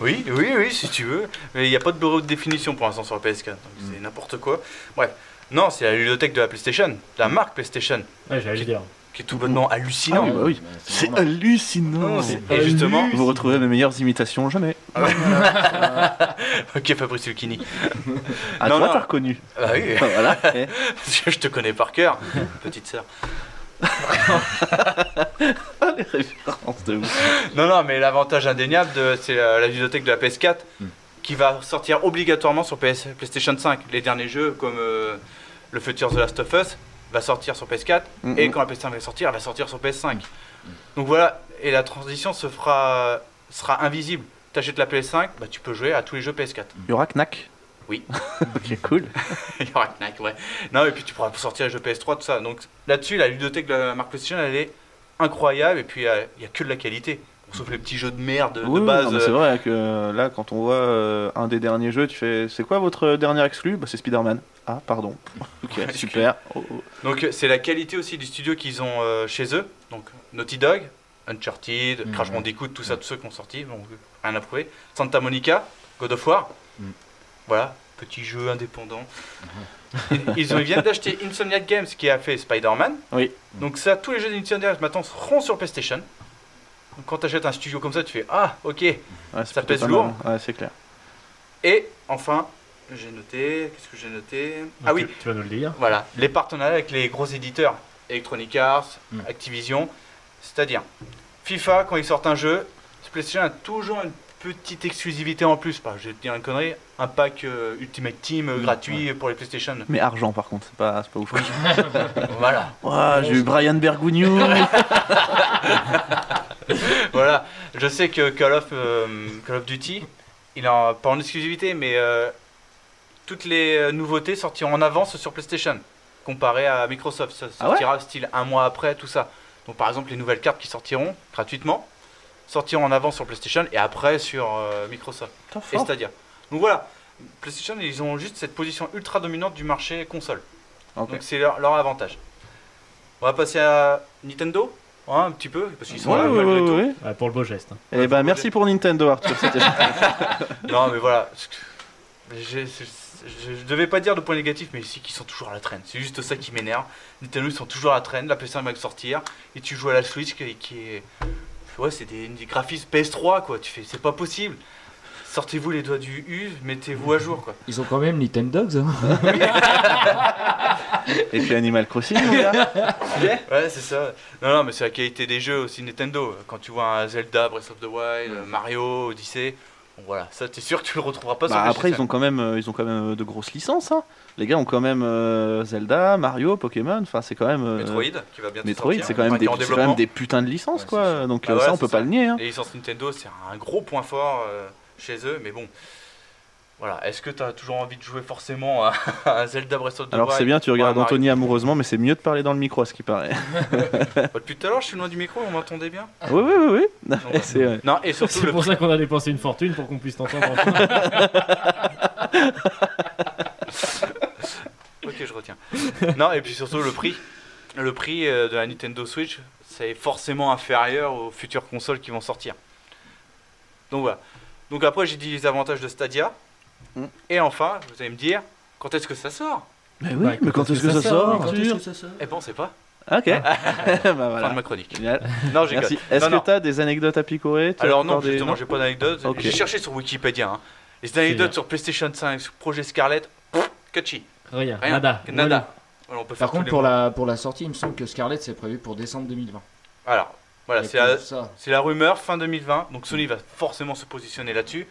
Speaker 10: oui, oui, oui, si tu veux. Mais il n'y a pas de bureau de définition pour l'instant sur le PS4, donc c'est n'importe quoi. Bref, non, c'est la bibliothèque de la PlayStation, de la marque PlayStation,
Speaker 6: Ah,
Speaker 1: Ouais, j'allais le dire.
Speaker 10: qui est tout bonnement hallucinant.
Speaker 8: Ah oui, bah oui. C'est hallucinant.
Speaker 10: Non, c'est Et justement-
Speaker 8: vous retrouvez mes meilleures imitations jamais.
Speaker 10: ok, Fabrice Lucchini.
Speaker 8: Ah, toi, t'as reconnu.
Speaker 10: Ah oui.
Speaker 8: Voilà.
Speaker 10: Parce que je te connais par cœur, petite sœur.
Speaker 8: Les références de ouf.
Speaker 10: Non, non, mais l'avantage indéniable, de- c'est la, la bibliothèque de la PS4 qui va sortir obligatoirement sur PS, PlayStation 5. Les derniers jeux comme euh, le futur The Last of Us va sortir sur PS4
Speaker 6: Mhm.
Speaker 8: Mm-hmm.
Speaker 10: et quand la PS5 va sortir, elle va sortir sur PS5. Donc voilà, et la transition se fera, sera invisible. T'achètes la PS5, bah, tu peux jouer à tous les jeux PS4.
Speaker 8: Il y aura Knack
Speaker 10: Oui.
Speaker 8: ok, cool.
Speaker 10: Il y aura Knack, ouais. Non, et puis tu pourras sortir les jeux PS3, tout ça. Donc là-dessus, la bibliothèque de la marque PlayStation, elle est incroyable. Et puis, euh, il n'y a que de la qualité. Sauf les petits jeux de merde de, de
Speaker 8: Oui, oui,
Speaker 10: base.
Speaker 8: non, mais c'est
Speaker 10: euh,
Speaker 8: vrai que euh, là, quand on voit euh, un des derniers jeux, tu fais c'est quoi votre dernier exclu Bah, c'est Spider-Man. Ah, pardon. Ok, super. Oh, oh.
Speaker 10: Donc euh, c'est la qualité aussi du studio qu'ils ont euh, chez eux. Donc Naughty Dog, Uncharted,
Speaker 3: Mhm.
Speaker 10: Crash Bandicoot, tout ça, tous ceux qui ont sorti, donc euh, rien à prouver. Santa Monica, God of War.
Speaker 3: Mhm.
Speaker 10: Voilà, petit jeu indépendant.
Speaker 3: Mhm.
Speaker 10: Ils, ils ont- ils viennent d'acheter Insomniac Games qui a fait Spider-Man.
Speaker 8: Oui.
Speaker 10: Donc ça, tous les jeux d'Insomniac maintenant seront sur PlayStation. Donc quand tu achètes un studio comme ça, tu fais Ah, ok,
Speaker 8: Ouais, c'est
Speaker 10: ça
Speaker 8: plutôt
Speaker 10: pèse
Speaker 8: pas mal.
Speaker 10: lourd.
Speaker 8: Ouais, c'est clair.
Speaker 10: Et enfin, j'ai noté, qu'est-ce que j'ai noté Ah oui,
Speaker 1: Tu vas nous le dire.
Speaker 10: voilà, les partenariats avec les gros éditeurs, Electronic Arts, Activision, c'est-à-dire FIFA, quand ils sortent un jeu, PlayStation a toujours une petite exclusivité en plus, pas, je vais te dire une connerie, un pack euh, Ultimate Team euh, gratuit pour les PlayStation.
Speaker 8: Mais argent, par contre, c'est pas, c'est pas ouf.
Speaker 10: voilà.
Speaker 8: Ouah, j'ai eu Brian Bergugno.
Speaker 10: voilà, je sais que Call of, euh, Call of Duty, il est en, pas en exclusivité, mais euh, toutes les euh, nouveautés sortiront en avance sur PlayStation, comparé à Microsoft. Ça
Speaker 8: Ah ouais
Speaker 10: sortira style un mois après, tout ça. Donc par exemple, les nouvelles cartes qui sortiront gratuitement sortiront en avance sur PlayStation et après sur euh, Microsoft.
Speaker 8: Putain,
Speaker 10: Et
Speaker 8: fort.
Speaker 10: c'est-à-dire. Donc voilà, PlayStation, ils ont juste cette position ultra dominante du marché console.
Speaker 8: Ok.
Speaker 10: Donc c'est leur, leur avantage. On va passer à Nintendo, hein, un petit peu, parce qu'ils sont
Speaker 8: Ouais,
Speaker 10: là
Speaker 8: ouais,
Speaker 10: malgré
Speaker 8: ouais,
Speaker 10: tout.
Speaker 8: ouais.
Speaker 6: euh,
Speaker 1: Ouais, pour le beau geste.
Speaker 8: Eh ben, merci pour Nintendo, Arthur. c'était-
Speaker 10: non, mais voilà. J'ai- c'est- je, je devais pas dire de points négatifs, mais c'est qu'ils sont toujours à la traîne. C'est juste ça qui m'énerve. Nintendo, ils sont toujours à la traîne. La PS5 va sortir. Et tu joues à la Switch qui, qui est. Ouais, c'est des, des graphismes PS3, quoi. Tu fais, c'est pas possible. Sortez-vous les doigts du U, mettez-vous à jour, quoi.
Speaker 3: Ils ont quand même Nintendo Dogs. hein.
Speaker 8: Et puis Animal Crossing, mon gars.
Speaker 10: Ouais, c'est ça. Non, non, mais c'est la qualité des jeux aussi Nintendo. Quand tu vois un Zelda, Breath of the Wild, euh, Mario, Odyssey, bon, voilà, ça t'es sûr que tu le retrouveras pas
Speaker 8: Bah,
Speaker 10: sur
Speaker 8: après,
Speaker 10: PS5.
Speaker 8: ils ont quand même, euh, ils ont quand même euh, de grosses licences. hein. Les gars ont quand même euh, Zelda, Mario, Pokémon. Enfin, c'est quand même. euh,
Speaker 10: Metroid, qui va bientôt
Speaker 8: Metroid,
Speaker 10: sortir,
Speaker 8: c'est quand, même
Speaker 10: enfin,
Speaker 8: des-
Speaker 10: qui est en
Speaker 8: c'est quand même
Speaker 10: développement.
Speaker 8: des putains de licences, quoi. Donc
Speaker 10: Bah
Speaker 8: euh,
Speaker 10: voilà,
Speaker 8: ça, on peut
Speaker 10: c'est
Speaker 8: pas le nier. hein.
Speaker 10: Les licences Nintendo, c'est un gros point fort euh, chez eux, mais bon. Voilà, est-ce que t'as toujours envie de jouer forcément à, à Zelda Breath of the
Speaker 8: Alors
Speaker 10: Wild
Speaker 8: c'est bien, tu
Speaker 10: ou à
Speaker 8: regardes
Speaker 10: Mario
Speaker 8: Anthony amoureusement, mais c'est mieux de parler dans le micro, à ce qui paraît.
Speaker 10: Bah, Depuis tout à l'heure, je suis loin du micro, vous m'entendez bien
Speaker 8: oui, oui, oui, oui. C'est, euh,
Speaker 10: Non, et surtout
Speaker 6: C'est
Speaker 10: le
Speaker 6: pour ça qu'on a dépensé une fortune pour qu'on puisse t'entendre.
Speaker 10: Ok, je retiens. non, et puis surtout le prix. Le prix euh, de la Nintendo Switch, c'est forcément inférieur aux futures consoles qui vont sortir. Donc voilà. Donc après, j'ai dit les avantages de Stadia.
Speaker 8: Mm.
Speaker 10: Et enfin, vous allez me dire, quand est-ce que ça sort
Speaker 8: Mais oui, mais quand est-ce que ça sort Ah,
Speaker 10: Eh ben, on sait pas.
Speaker 8: Ok. bah voilà.
Speaker 10: Fin de ma chronique.
Speaker 8: Génial.
Speaker 10: Non, j'ai
Speaker 8: Merci.
Speaker 10: quatre.
Speaker 8: Est-ce
Speaker 10: Non,
Speaker 8: que
Speaker 10: non.
Speaker 8: t'as des anecdotes à picorer T'as
Speaker 10: Alors non,
Speaker 8: encore des-
Speaker 10: justement,
Speaker 8: non
Speaker 10: j'ai pas d'anecdote.
Speaker 8: Ok.
Speaker 10: J'ai cherché sur Wikipédia. hein. Les anecdotes
Speaker 6: C'est
Speaker 10: sur PlayStation 5, sur Projet Scarlett, pff, Kachi.
Speaker 6: Rien,
Speaker 10: Rien.
Speaker 6: nada.
Speaker 10: Nada. Alors, on peut faire
Speaker 3: Par
Speaker 10: tous
Speaker 3: contre,
Speaker 10: les
Speaker 3: pour
Speaker 10: mots.
Speaker 3: la, pour la sortie, il me semble que Scarlett, c'est prévu pour décembre 2020.
Speaker 10: Alors, voilà,
Speaker 3: Il y a
Speaker 10: c'est
Speaker 3: que
Speaker 10: la,
Speaker 3: ça.
Speaker 10: c'est la rumeur fin 2020. Donc Sony va forcément se positionner là-dessus.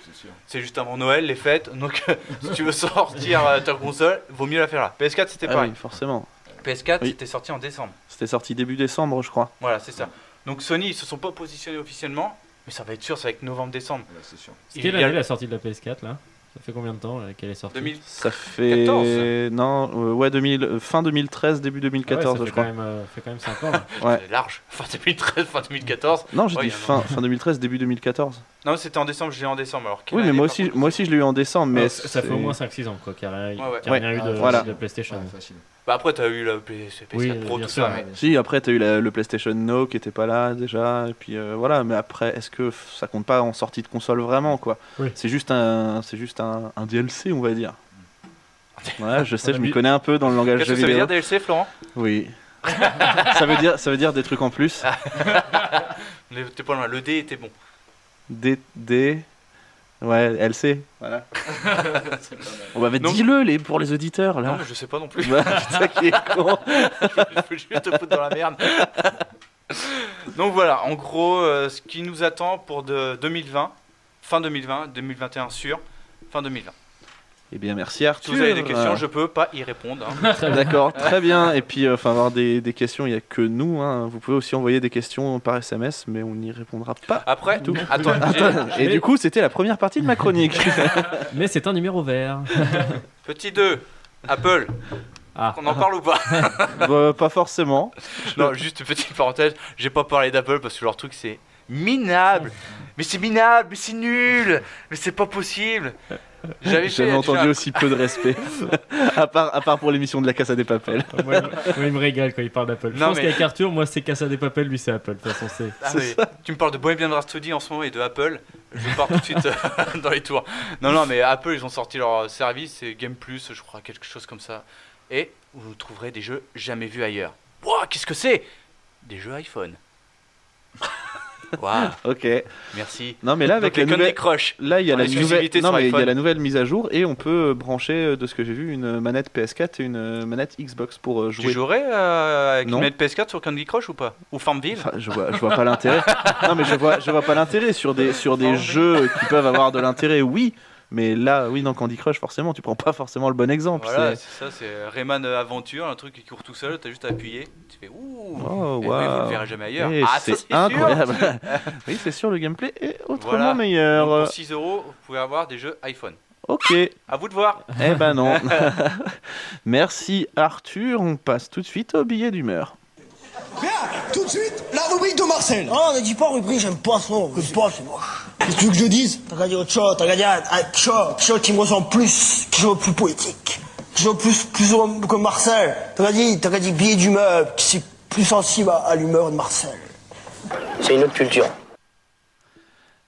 Speaker 10: C'est juste avant Noël, les fêtes. Donc si tu veux sortir euh, ta console, vaut mieux la faire là. PS4 c'était
Speaker 8: Ah
Speaker 10: pareil.
Speaker 8: oui, forcément.
Speaker 10: PS4
Speaker 8: Oui.
Speaker 10: c'était sorti en décembre.
Speaker 8: C'était sorti début décembre, je crois.
Speaker 10: Voilà, c'est ça. Donc Sony ils se sont pas positionnés officiellement, mais ça va être sûr, ça va être novembre-décembre.
Speaker 3: c'est sûr.
Speaker 10: Il
Speaker 6: Quelle
Speaker 10: y a-
Speaker 6: année la sortie de la PS4 là Ça fait combien de temps euh, qu'elle est sortie
Speaker 10: 2000.
Speaker 8: Ça fait
Speaker 10: 14.
Speaker 8: non, euh, ouais, 2000, euh, fin 2013, début
Speaker 6: Ah ouais,
Speaker 8: 2014,
Speaker 6: ça fait
Speaker 8: je crois.
Speaker 6: Quand même, euh, fait quand même 5 ans. là.
Speaker 8: Ouais.
Speaker 10: C'est large. Fin 2013, fin 2014.
Speaker 8: Non, j'ai
Speaker 10: Ouais,
Speaker 8: dit
Speaker 10: il y a un
Speaker 8: fin,
Speaker 10: an.
Speaker 8: fin 2013, début 2014.
Speaker 10: Non, c'était en décembre, je l'ai en décembre. Alors, quelle
Speaker 8: Oui, mais
Speaker 10: année,
Speaker 8: moi
Speaker 10: par
Speaker 8: aussi,
Speaker 10: contre Ah,
Speaker 8: moi aussi, je l'ai eu en décembre, mais
Speaker 6: Alors, Ah, ça ça fait
Speaker 8: c'est- Ah,
Speaker 6: au moins 5-6 ans quoi, qu'il n'y a rien
Speaker 10: Ouais, ouais.
Speaker 6: qu'il y a rien eu de,
Speaker 8: voilà.
Speaker 6: de la PlayStation.
Speaker 3: Ouais, facile.
Speaker 10: Bah, après, t'as eu la PS4
Speaker 6: Oui,
Speaker 10: Pro,
Speaker 6: bien
Speaker 10: tout
Speaker 6: sûr,
Speaker 10: ça. Mais...
Speaker 6: ouais.
Speaker 8: Si, après, t'as eu la- le PlayStation No qui était pas là déjà, et puis euh, voilà, mais après, est-ce que f- ça compte pas en sortie de console vraiment, quoi
Speaker 6: Oui.
Speaker 8: C'est juste, un, c'est juste un, un DLC, on va dire. Ouais, je sais,
Speaker 6: On a
Speaker 8: je m'y
Speaker 6: bu-
Speaker 8: connais un peu dans le langage
Speaker 10: Qu'est-ce
Speaker 8: jeu
Speaker 10: que ça veut
Speaker 8: vidéo.
Speaker 10: dire DLC, Florent
Speaker 8: Oui. ça, veut dire, ça veut dire des trucs en plus.
Speaker 10: Ah. Mais T'es pas loin, le D était bon.
Speaker 8: D, D. Ouais, LC. Voilà. On va
Speaker 10: Donc-
Speaker 8: dis-le les, pour les auditeurs,
Speaker 10: Non,
Speaker 8: là.
Speaker 10: mais je sais pas non plus.
Speaker 8: Bah, putain, qui est con.
Speaker 10: je veux juste te foutre dans la merde. Donc voilà, en gros, euh, ce qui nous attend pour de 2020, fin 2020, 2021 sûr, fin 2020.
Speaker 8: Eh bien, merci
Speaker 10: Si
Speaker 8: Arthur.
Speaker 10: vous avez des questions, je peux pas y répondre. hein.
Speaker 8: D'accord, très bien. Et puis, euh, enfin, avoir des, des questions, il n'y a que nous. hein. Vous pouvez aussi envoyer des questions par SMS, mais on n'y répondra pas.
Speaker 10: Après,
Speaker 8: Tout.
Speaker 10: attends, j'ai-
Speaker 8: Et du coup, c'était la première partie de ma chronique.
Speaker 6: Mais c'est un numéro vert.
Speaker 10: petit 2, Apple,
Speaker 6: Ah.
Speaker 10: on en parle ou pas
Speaker 8: Bah, pas forcément.
Speaker 10: Non, juste une petite parenthèse, j'ai pas parlé d'Apple parce que leur truc c'est minable. Mais c'est minable, mais c'est nul, mais c'est pas possible. J'avais
Speaker 8: J'ai
Speaker 10: fait-
Speaker 8: jamais
Speaker 10: j'ai
Speaker 8: entendu
Speaker 10: un-
Speaker 8: aussi peu de respect. à, part, à part pour l'émission de la Casa des Papels.
Speaker 6: moi, il, me- moi, il me régale quand il parle d'Apple. Je
Speaker 10: Non,
Speaker 6: pense
Speaker 10: mais-
Speaker 6: qu'avec Arthur, moi c'est Casa des Papel, lui c'est Apple. De toute façon, c'est.
Speaker 10: Ah, mais tu me parles de Bohemian Rhapsody en ce moment et de Apple. Je pars tout de suite euh, dans les tours. Non, non, mais Apple, ils ont sorti leur euh, service, c'est Game Plus, je crois, quelque chose comme ça. Et vous trouverez des jeux jamais vus ailleurs. Wouah, qu'est-ce que c'est Des jeux iPhone. Waouh,
Speaker 8: Ok.
Speaker 10: merci.
Speaker 8: Non, mais là,
Speaker 10: Avec
Speaker 8: avec
Speaker 10: les
Speaker 8: la nouvelle.
Speaker 10: Crush.
Speaker 8: Là, il y, a
Speaker 10: Pour
Speaker 8: la nouvelle...
Speaker 10: l'exclusivité
Speaker 8: non,
Speaker 10: sur
Speaker 8: mais il y a
Speaker 10: iPhone.
Speaker 8: la nouvelle mise à jour et on peut euh, brancher, euh, de ce que j'ai vu, une manette PS4 et une euh, manette Xbox pour euh,
Speaker 10: Tu
Speaker 8: jouer.
Speaker 10: jouerais euh, avec
Speaker 8: Non.
Speaker 10: une manette PS4 sur Candy Crush ou pas Ou Farmville
Speaker 8: Enfin, je vois, je vois pas l'intérêt. Non, mais je vois, je vois pas l'intérêt sur des sur des jeux qui peuvent avoir de l'intérêt. Oui, mais là, oui, dans Candy Crush, forcément, tu prends pas forcément le bon exemple.
Speaker 10: Voilà,
Speaker 8: c'est-
Speaker 10: c'est ça, c'est Rayman euh, Aventure, un truc qui court tout seul, t'as juste à appuyer. Tu fais ouh
Speaker 8: Oh,
Speaker 10: Et oui, vous
Speaker 8: waouh.
Speaker 10: le verrez jamais ailleurs.
Speaker 8: Eh,
Speaker 10: ah, ça,
Speaker 8: c'est
Speaker 10: c'est sûr
Speaker 8: incroyable. oui, c'est sûr, le gameplay est autrement
Speaker 10: Voilà.
Speaker 8: meilleur.
Speaker 10: Donc, pour 6 euros, vous pouvez avoir des jeux iPhone.
Speaker 8: Ok, eh
Speaker 10: À vous de voir.
Speaker 8: ben non. Merci Arthur. On passe tout de suite au billet d'humeur.
Speaker 2: Tout de suite, la rubrique de Marcel. Oh, ne dis pas rubrique, j'aime pas ça. Que pas, c'est moche. Qu'est-ce que tu veux que je dise T'as qu'à dire autre chose, t'as qu'à dire un chose, quelque chose qui me ressemble plus, quelque chose de plus poétique, quelque chose de plus, plus homme que Marcel. T'as qu'à dire, t'as qu'à dire billet d'humeur, qui c'est plus sensible à, à l'humeur de Marcel. C'est une autre culture.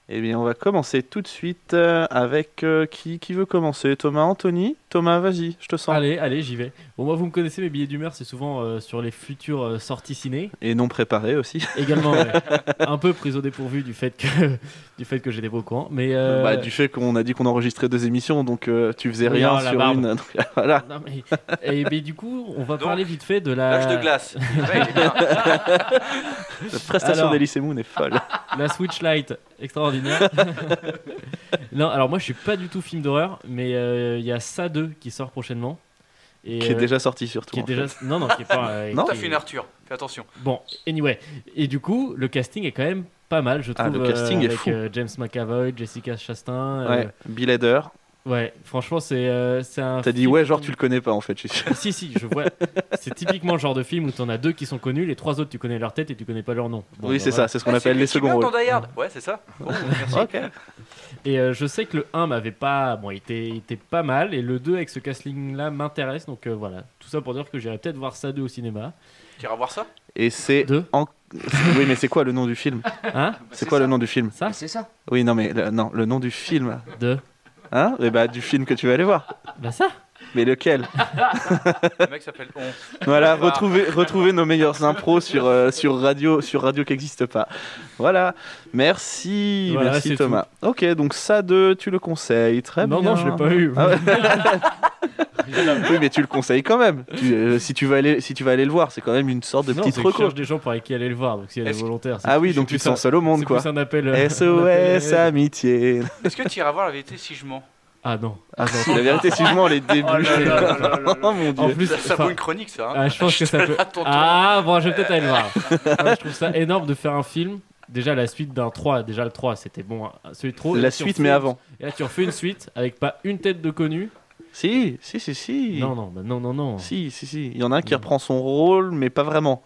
Speaker 8: Eh bien, on va commencer tout de suite euh, avec euh, qui, qui veut commencer Thomas, Anthony Thomas, vas-y, je te sens.
Speaker 6: Allez, allez, j'y vais. Bon, moi, vous me connaissez, mes billets d'humeur, c'est souvent euh, sur les futures euh, sorties ciné.
Speaker 8: Et non préparé aussi.
Speaker 6: Également, ouais. un peu prise au dépourvu du fait que, du fait que j'étais pas au courant. Mais, euh,
Speaker 8: Bah, du fait qu'on a dit qu'on enregistrait deux émissions, donc euh, tu faisais
Speaker 6: Oui,
Speaker 8: rien
Speaker 6: non, la
Speaker 8: sur
Speaker 6: barbe.
Speaker 8: une. donc, voilà.
Speaker 6: Non, mais- et, mais du coup, on va parler vite fait de la.
Speaker 8: l'âge de glace. Euh, Ouais, il est
Speaker 10: Ah,
Speaker 8: bien. La prestation d'Elysée Moon est folle.
Speaker 6: La Switch Lite, extraordinaire. non, alors moi, je suis pas du tout film d'horreur, mais euh, il y a Ça 2 qui sort prochainement. Et,
Speaker 8: Qui est
Speaker 6: euh,
Speaker 8: déjà sorti, surtout,
Speaker 6: Qui est
Speaker 8: en
Speaker 6: déjà...
Speaker 8: fait.
Speaker 6: Non, non, qui est pas. euh,
Speaker 10: Non
Speaker 6: qui
Speaker 10: T'as
Speaker 6: est-
Speaker 10: fait une Arthur, fais attention.
Speaker 6: Bon, anyway. Et du coup, le casting est quand même pas mal, je
Speaker 8: Ah,
Speaker 6: trouve.
Speaker 8: le casting est
Speaker 6: avec,
Speaker 8: fou.
Speaker 6: euh, James McAvoy, Jessica Chastain. euh,
Speaker 8: Ouais, Bill Hader.
Speaker 6: Ouais, franchement, c'est euh, c'est un.
Speaker 8: T'as dit,
Speaker 6: film
Speaker 8: ouais, genre, tu le connais pas en fait. je suis sûr.
Speaker 6: si, si, je vois. C'est typiquement le genre de film où t'en as deux qui sont connus, les trois autres tu connais leur tête et tu connais pas leur nom. Bon,
Speaker 8: Oui,
Speaker 6: bah,
Speaker 8: c'est
Speaker 6: voilà.
Speaker 8: ça, Ah, c'est ce qu'on appelle les seconds rôles.
Speaker 10: Ouais, c'est ça. Bon,
Speaker 8: oh, merci.
Speaker 6: Et euh, je sais que le 1 m'avait pas. Bon, il était, il était pas mal, et le 2 avec ce casting là m'intéresse, donc euh, voilà. Tout ça pour dire que j'irai peut-être voir ça 2 au cinéma.
Speaker 10: Tu iras voir ça
Speaker 8: Et c'est. en- Oui, mais c'est quoi le nom du film
Speaker 6: Hein
Speaker 8: Bah, C'est quoi le nom du film
Speaker 6: Ça
Speaker 3: Ah, C'est ça.
Speaker 8: Oui, non, mais le, non, le nom du film.
Speaker 6: De
Speaker 8: Hein Eh bah, du film que tu vas aller voir.
Speaker 6: Bah, ça
Speaker 8: Mais lequel
Speaker 10: Le mec s'appelle On.
Speaker 8: Voilà,
Speaker 10: Voilà.
Speaker 8: retrouvez, retrouvez nos meilleures impros sur, euh, sur radio sur radio qui n'existe pas. Voilà, merci,
Speaker 6: Voilà,
Speaker 8: merci
Speaker 6: c'est
Speaker 8: Thomas. Ok, donc ça de, tu le conseilles, très
Speaker 6: Non,
Speaker 8: bien.
Speaker 6: non, je l'ai pas eu.
Speaker 8: Ah ouais. oui, mais tu le conseilles quand même. Tu- euh, si tu vas aller, si tu vas aller le voir, c'est quand même une sorte de
Speaker 6: Non,
Speaker 8: petite
Speaker 6: c'est que je
Speaker 8: reco.
Speaker 6: cherche des gens pour avec qui aller le voir, donc si elle est volontaire. c'est-
Speaker 8: Ah oui,
Speaker 6: je
Speaker 8: donc
Speaker 6: suis
Speaker 8: tu te
Speaker 6: plus
Speaker 8: sens
Speaker 6: un-
Speaker 8: seul au monde
Speaker 6: c'est
Speaker 8: quoi.
Speaker 6: plus un appel. euh, un appel,
Speaker 8: SOS
Speaker 6: euh,
Speaker 8: amitié.
Speaker 10: Est-ce que tu iras voir la vérité si je mens
Speaker 6: Ah non.
Speaker 8: Ah si, la vérité, si je mens, les débuts.
Speaker 10: Oh là là là là là.
Speaker 8: Oh mon dieu.
Speaker 10: En plus, Ça- ça vaut une chronique, ça, hein.
Speaker 6: Ah, je pense
Speaker 10: Je
Speaker 6: que
Speaker 10: te
Speaker 6: ça peut.
Speaker 10: l'attends, toi.
Speaker 6: Ah, bon, je vais peut-être aller le voir. Ah, mais je trouve ça énorme de faire un film. Déjà, la suite d'un 3. Déjà, le 3, c'était bon. hein, Celui de trop.
Speaker 8: La
Speaker 6: Et tu
Speaker 8: suite,
Speaker 6: refais
Speaker 8: mais
Speaker 6: une-
Speaker 8: avant.
Speaker 6: Et là, tu refais une suite avec pas une tête de connu.
Speaker 8: Si, si, si, si.
Speaker 6: Non, non, bah non, non, non.
Speaker 8: Si, si, si. Il y en a un qui reprend son rôle, mais pas vraiment.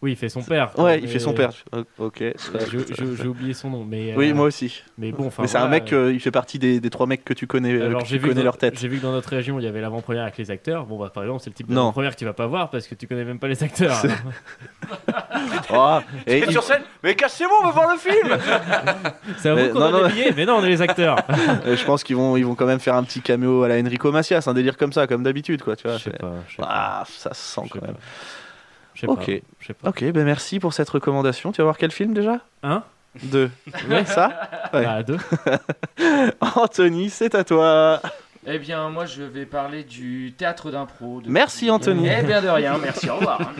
Speaker 6: Oui, il fait son père.
Speaker 8: Ouais,
Speaker 6: quoi,
Speaker 8: il
Speaker 6: mais-
Speaker 8: fait son père. O- Ok.
Speaker 6: Je- je- J'ai oublié son nom, mais. euh,
Speaker 8: Oui, moi aussi.
Speaker 6: Mais bon, enfin.
Speaker 8: Mais c'est un
Speaker 6: voilà,
Speaker 8: mec, euh, il fait partie des, des trois mecs que tu connais, euh,
Speaker 6: Alors
Speaker 8: que tu
Speaker 6: j'ai vu, que
Speaker 8: connais
Speaker 6: dans-
Speaker 8: leur tête.
Speaker 6: j'ai vu que dans notre région il y avait l'avant-première avec les acteurs. Bon bah par exemple c'est le type
Speaker 8: Non.
Speaker 6: d'avant-première que tu vas pas voir parce que tu connais même pas les acteurs.
Speaker 8: C'est-
Speaker 6: alors.
Speaker 8: Oh, et
Speaker 10: T'es
Speaker 8: il-
Speaker 10: sur scène Mais cassez-vous, on va voir le film
Speaker 6: C'est à vous
Speaker 8: Mais-
Speaker 6: qu'on
Speaker 8: non,
Speaker 6: a
Speaker 8: non.
Speaker 6: des billets, mais non on est les acteurs.
Speaker 8: Euh, je pense qu'ils vont, ils vont quand même faire un petit caméo à la Enrico Macias, un délire comme ça, comme d'habitude, quoi. Tu vois, c'est- Ah, ça se sent quand même.
Speaker 6: Je sais pas,
Speaker 8: Ok.
Speaker 6: je sais pas.
Speaker 8: Ok, ben merci pour cette recommandation. Tu vas voir quel film déjà
Speaker 6: Un
Speaker 8: Deux.
Speaker 6: Ouais.
Speaker 8: ça Ouais.
Speaker 6: Bah, deux.
Speaker 8: Anthony, c'est à toi.
Speaker 3: Eh bien, moi, je vais parler du théâtre d'impro. de-
Speaker 8: Merci, Anthony.
Speaker 3: Eh bien, de rien, merci, au revoir.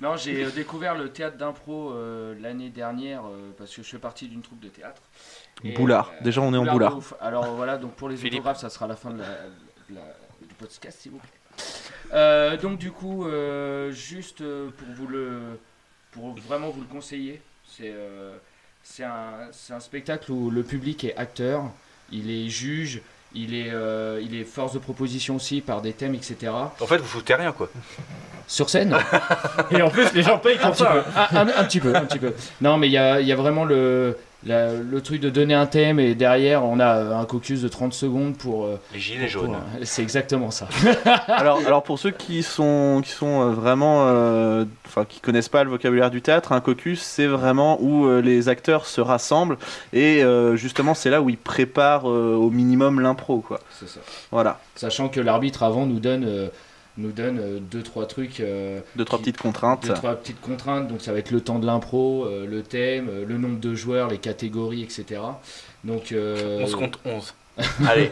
Speaker 3: non, j'ai euh, découvert le théâtre d'impro euh, l'année dernière euh, parce que je fais partie d'une troupe de théâtre. euh,
Speaker 8: Boulard. Déjà, on est en Boulard.
Speaker 3: de ouf. Alors voilà, donc pour les autographes, ça sera la fin de la- de la- du podcast, s'il vous plaît. Euh, donc du coup, euh, juste euh, pour vous le, pour vraiment vous le conseiller, c'est euh, c'est un, c'est un spectacle où le public est acteur, il est juge, il est, euh, il est force de proposition aussi par des thèmes, etc.
Speaker 10: En fait, vous foutez rien, quoi.
Speaker 3: Sur scène
Speaker 6: Et en plus, les gens payent
Speaker 3: un
Speaker 6: pour
Speaker 3: petit,
Speaker 6: ça.
Speaker 3: peu.
Speaker 6: hein.
Speaker 3: Ah, un, un petit peu, un petit peu. Non, mais il y a, il y a vraiment le, la- le truc de donner un thème et derrière, on a euh, un caucus de 30 secondes pour. euh,
Speaker 10: Les gilets
Speaker 3: pour-
Speaker 10: jaunes.
Speaker 3: C'est exactement ça.
Speaker 8: alors, alors pour ceux qui sont, qui sont euh, vraiment, euh, enfin qui connaissent pas le vocabulaire du théâtre, un caucus c'est vraiment où euh, les acteurs se rassemblent et euh, justement c'est là où ils préparent euh, au minimum l'impro quoi.
Speaker 3: C'est ça.
Speaker 8: Voilà.
Speaker 3: Sachant que l'arbitre avant nous donne, euh, nous donne euh, deux trois trucs, euh,
Speaker 8: Deux trois petites contraintes.
Speaker 3: deux trois petites contraintes. Donc ça va être le temps de l'impro, euh, le thème, euh, le nombre de joueurs, les catégories, etc. Donc euh,
Speaker 10: On se compte 11. Allez.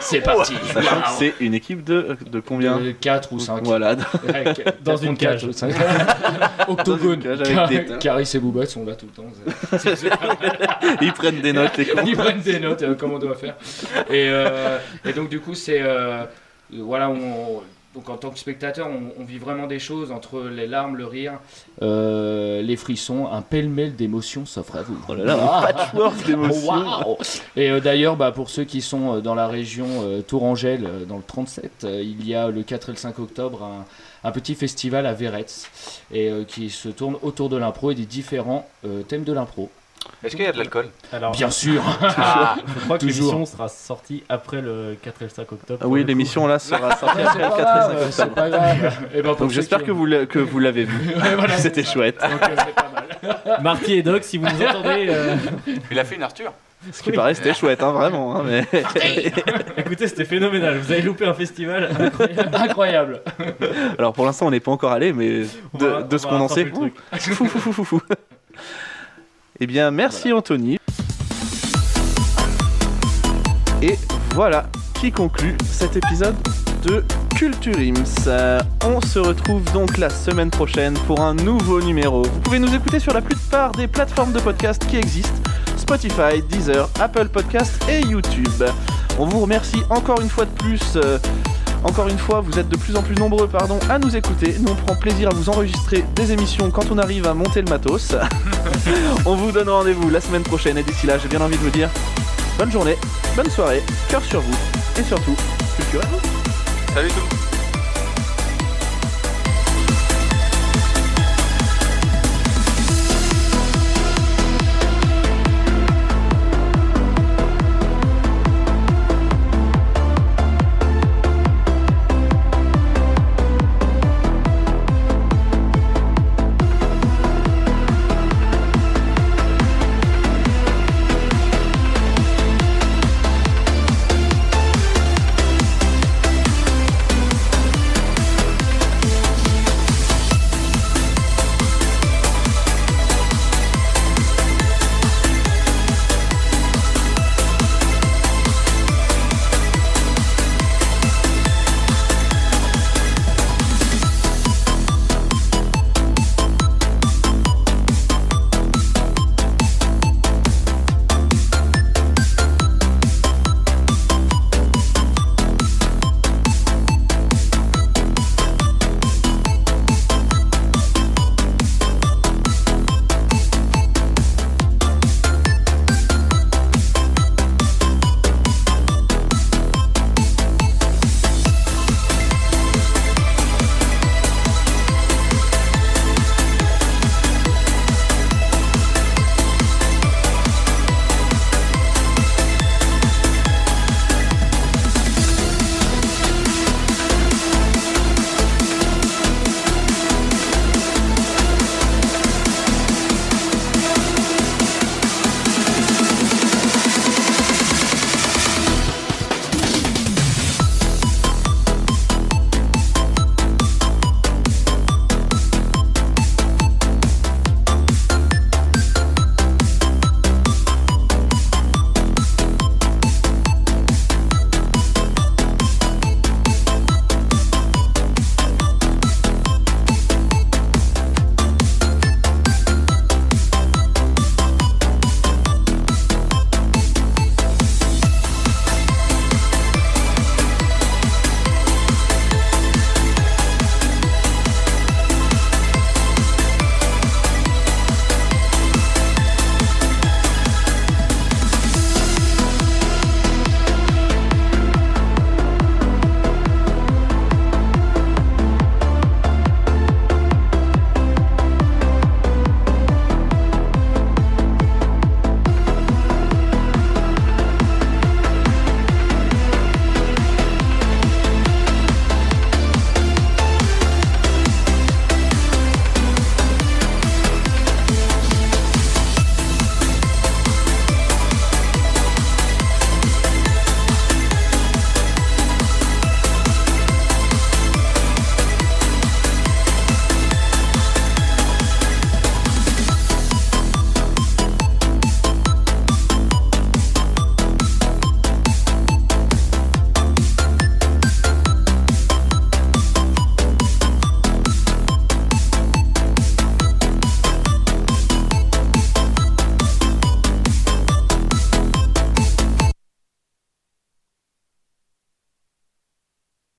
Speaker 3: c'est parti.
Speaker 8: Sachant que
Speaker 3: Waouh.
Speaker 8: c'est une équipe de, de combien
Speaker 3: De quatre ou cinq.
Speaker 8: Voilà.
Speaker 3: Ouais, qu-
Speaker 6: Dans
Speaker 3: quatre
Speaker 6: une
Speaker 3: contre quatre
Speaker 6: cage.
Speaker 3: ou cinq. Octogone.
Speaker 8: Dans une cage avec des
Speaker 3: Car-
Speaker 8: tas.
Speaker 3: Caris et Bouba sont là tout le temps.
Speaker 8: Ils prennent des notes, les cons.
Speaker 3: Ils prennent des notes, euh, comme on doit faire. Et, euh, et donc, du coup, c'est. euh, voilà, on- donc en tant que spectateur, on, on vit vraiment des choses entre les larmes, le rire, euh, les frissons, un pêle-mêle d'émotions s'offre à vous. Oh
Speaker 8: là là, un patchwork d'émotions.
Speaker 3: Et euh, d'ailleurs, bah, pour ceux qui sont euh, dans la région euh, Tourangelle, euh, dans le 37, euh, il y a euh, le 4 et le 5 octobre un, un petit festival à Véretz et euh, qui se tourne autour de l'impro et des différents euh, thèmes de l'impro.
Speaker 10: Est-ce qu'il y a de l'alcool
Speaker 6: Alors,
Speaker 3: Bien sûr.
Speaker 6: Ah, je crois que
Speaker 3: Toujours.
Speaker 6: l'émission sera sortie après le 4 et le 5 octobre. Euh,
Speaker 8: Ah oui,
Speaker 6: pour le
Speaker 8: l'émission
Speaker 6: coup.
Speaker 8: là sera sortie après
Speaker 3: C'est
Speaker 8: le
Speaker 3: pas
Speaker 8: 4 et
Speaker 3: grave,
Speaker 8: 5
Speaker 3: c'est
Speaker 8: octobre.
Speaker 3: pas grave. Eh ben, pour
Speaker 8: Donc
Speaker 3: ceux
Speaker 8: j'espère
Speaker 3: qui-
Speaker 8: que vous l'a- que vous l'avez vu.
Speaker 3: Ouais, voilà,
Speaker 8: C'était
Speaker 3: c'est ça.
Speaker 8: chouette.
Speaker 3: Donc, euh, c'est pas mal.
Speaker 6: Marty et Doc, si vous nous entendez. euh,
Speaker 10: Il a fait une Arthur.
Speaker 8: Ce qui paraît, c'était chouette, hein, vraiment. hein, mais...
Speaker 6: Écoutez, c'était phénoménal. Vous avez loupé un festival incroyable. incroyable.
Speaker 8: Alors pour l'instant, on n'est pas encore allé, mais de,
Speaker 6: va-
Speaker 8: de
Speaker 6: on
Speaker 8: ce
Speaker 6: va
Speaker 8: qu'on en sait.
Speaker 6: rattraper le
Speaker 8: ouh, Fou, fou, fou, fou, fou. Eh bien, merci Anthony. Et voilà qui conclut cet épisode de Culture Ims. Euh, on se retrouve donc la semaine prochaine pour un nouveau numéro. Vous pouvez nous écouter sur la plupart des plateformes de podcast qui existent Spotify, Deezer, Apple Podcast et YouTube. On vous remercie encore une fois de plus. euh, encore une fois, vous êtes de plus en plus nombreux pardon, à nous écouter. Nous, on prend plaisir à vous enregistrer des émissions quand on arrive à monter le matos. on vous donne rendez-vous la semaine prochaine et d'ici là, j'ai bien envie de vous dire bonne journée, bonne soirée, cœur sur vous et surtout, culture à vous.
Speaker 10: Salut tout le monde.